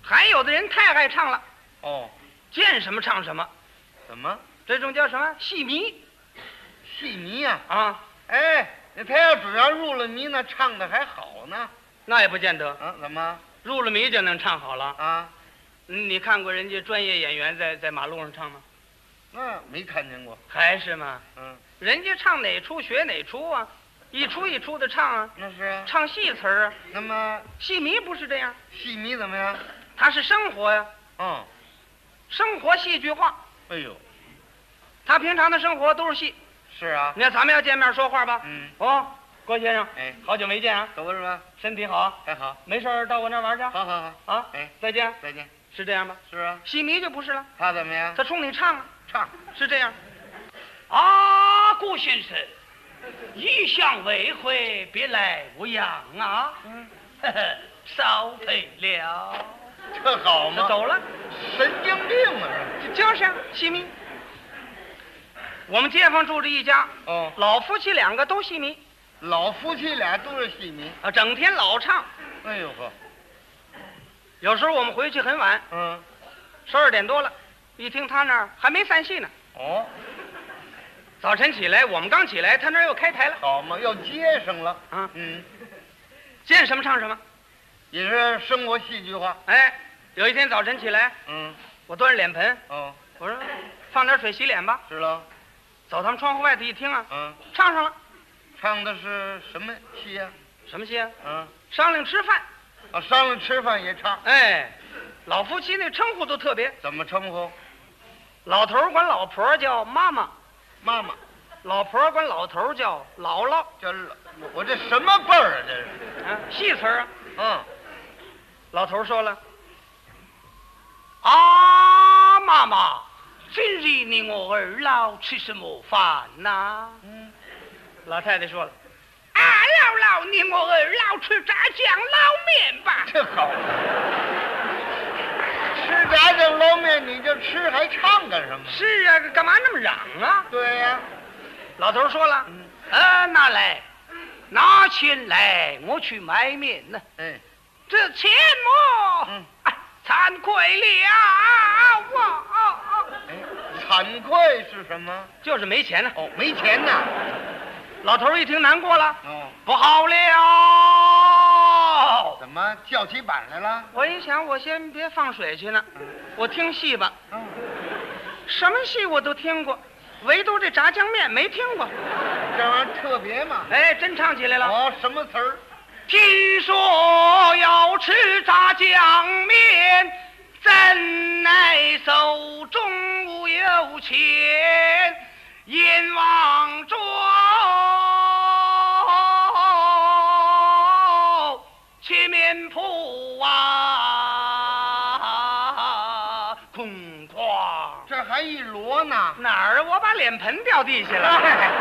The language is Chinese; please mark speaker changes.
Speaker 1: 还有的人太爱唱了，
Speaker 2: 哦，
Speaker 1: 见什么唱什么，
Speaker 2: 怎么
Speaker 1: 这种叫什么戏迷
Speaker 2: 戏迷呀、
Speaker 1: 啊？
Speaker 2: 哎，他要只要入了迷，那唱的还好呢。
Speaker 1: 那也不见得，
Speaker 2: 啊，怎么
Speaker 1: 入了迷就能唱好了。
Speaker 2: 啊？
Speaker 1: 嗯你看过人家专业演员在在马路上唱吗？
Speaker 2: 那没看见过。
Speaker 1: 还是吗？
Speaker 2: 嗯，
Speaker 1: 人家唱哪出学哪出啊，一出一出的唱啊，
Speaker 2: 那是啊。
Speaker 1: 唱戏词儿啊。
Speaker 2: 那么
Speaker 1: 戏迷不是这样，
Speaker 2: 戏迷怎么样？
Speaker 1: 他是生活呀、
Speaker 2: 哦，
Speaker 1: 生活戏剧化。
Speaker 2: 哎呦，
Speaker 1: 他平常的生活都是戏。
Speaker 2: 是啊。
Speaker 1: 你看咱们要见面说话吧。
Speaker 2: 嗯，
Speaker 1: 哦，郭先生，
Speaker 2: 哎，
Speaker 1: 好久没见啊，
Speaker 2: 可不是吗？
Speaker 1: 身体好啊，
Speaker 2: 还好，
Speaker 1: 没事儿到我那儿玩去啊
Speaker 2: 好好好，
Speaker 1: 啊。
Speaker 2: 哎
Speaker 1: 再见，
Speaker 2: 再见。
Speaker 1: 是这样吧？
Speaker 2: 是啊，
Speaker 1: 戏迷就不是了，
Speaker 2: 他怎么样？
Speaker 1: 他冲你唱啊，
Speaker 2: 唱。
Speaker 1: 是这样。啊，顾先生，意想未回，别来无恙啊。
Speaker 2: 嗯，
Speaker 1: 呵呵，少赔了。
Speaker 2: 这好吗？
Speaker 1: 走了。
Speaker 2: 神经病啊！
Speaker 1: 就是啊，戏迷。我们街坊住着一家，
Speaker 2: 这哦，
Speaker 1: 老夫妻两个都戏迷
Speaker 2: 老夫妻俩都是戏迷。
Speaker 1: 啊，整天老唱。
Speaker 2: 哎呦呵，
Speaker 1: 有时候我们回去很晚，
Speaker 2: 嗯，
Speaker 1: 十二点多了，一听他那儿还没散戏呢。
Speaker 2: 哦，
Speaker 1: 早晨起来，我们刚起来，他那儿又开台了
Speaker 2: 好嘛，要接上了。
Speaker 1: 啊，
Speaker 2: 嗯，
Speaker 1: 见什么唱什么。
Speaker 2: 也是生活戏剧化。
Speaker 1: 哎，有一天早晨起来，
Speaker 2: 嗯，
Speaker 1: 我端着脸盆，
Speaker 2: 哦，
Speaker 1: 我说放点水洗脸吧。
Speaker 2: 知道。
Speaker 1: 走他们窗户外头一听啊，
Speaker 2: 嗯，
Speaker 1: 唱上了
Speaker 2: 唱的是什么戏呀、
Speaker 1: 什么戏啊？
Speaker 2: 嗯，
Speaker 1: 商量吃饭。
Speaker 2: 啊，商量吃饭也唱，
Speaker 1: 哎，老夫妻那称呼都特别，
Speaker 2: 怎么称呼？
Speaker 1: 老头儿管老婆儿叫妈妈。
Speaker 2: 妈妈
Speaker 1: 老婆管老头儿叫姥姥，
Speaker 2: 叫老，我我这什么辈儿啊？这是。
Speaker 1: 啊，戏词儿啊。
Speaker 2: 嗯，
Speaker 1: 老头儿说了：“啊，妈妈，今日你我二老吃什么饭呐、
Speaker 2: 嗯，
Speaker 1: 老太太说了：“啊，姥姥，你我二老吃炸酱捞面吧。
Speaker 2: 这好。吃炸酱捞面你就吃，还唱干什么”？
Speaker 1: 是啊，干嘛那么嚷啊？
Speaker 2: 对呀、
Speaker 1: 老头儿说了：“啊，拿来，拿钱来，我去买面呢。
Speaker 2: 哎，
Speaker 1: 这钱么？
Speaker 2: 嗯
Speaker 1: 哎惭愧了啊！哇啊啊！
Speaker 2: 哎，惭愧是什么？
Speaker 1: 就是没钱呢。
Speaker 2: 哦，没钱呐。
Speaker 1: 老头儿一听难过了，
Speaker 2: 哦，
Speaker 1: 不好了！
Speaker 2: 怎么叫起板来了？
Speaker 1: 我一想，我先别放水去呢，我听戏吧。
Speaker 2: 嗯，
Speaker 1: 什么戏我都听过，唯独这炸酱面没听过。
Speaker 2: 这玩意儿特别嘛。
Speaker 1: 哎，真唱起来了。
Speaker 2: 哦，什么词儿？
Speaker 1: 听说要吃炸酱面，怎奈手中无有钱，阎王捉啊吃面铺啊，空旷。
Speaker 2: 这还一摞呢。
Speaker 1: 哪儿？我把脸盆掉地下了。
Speaker 2: 哎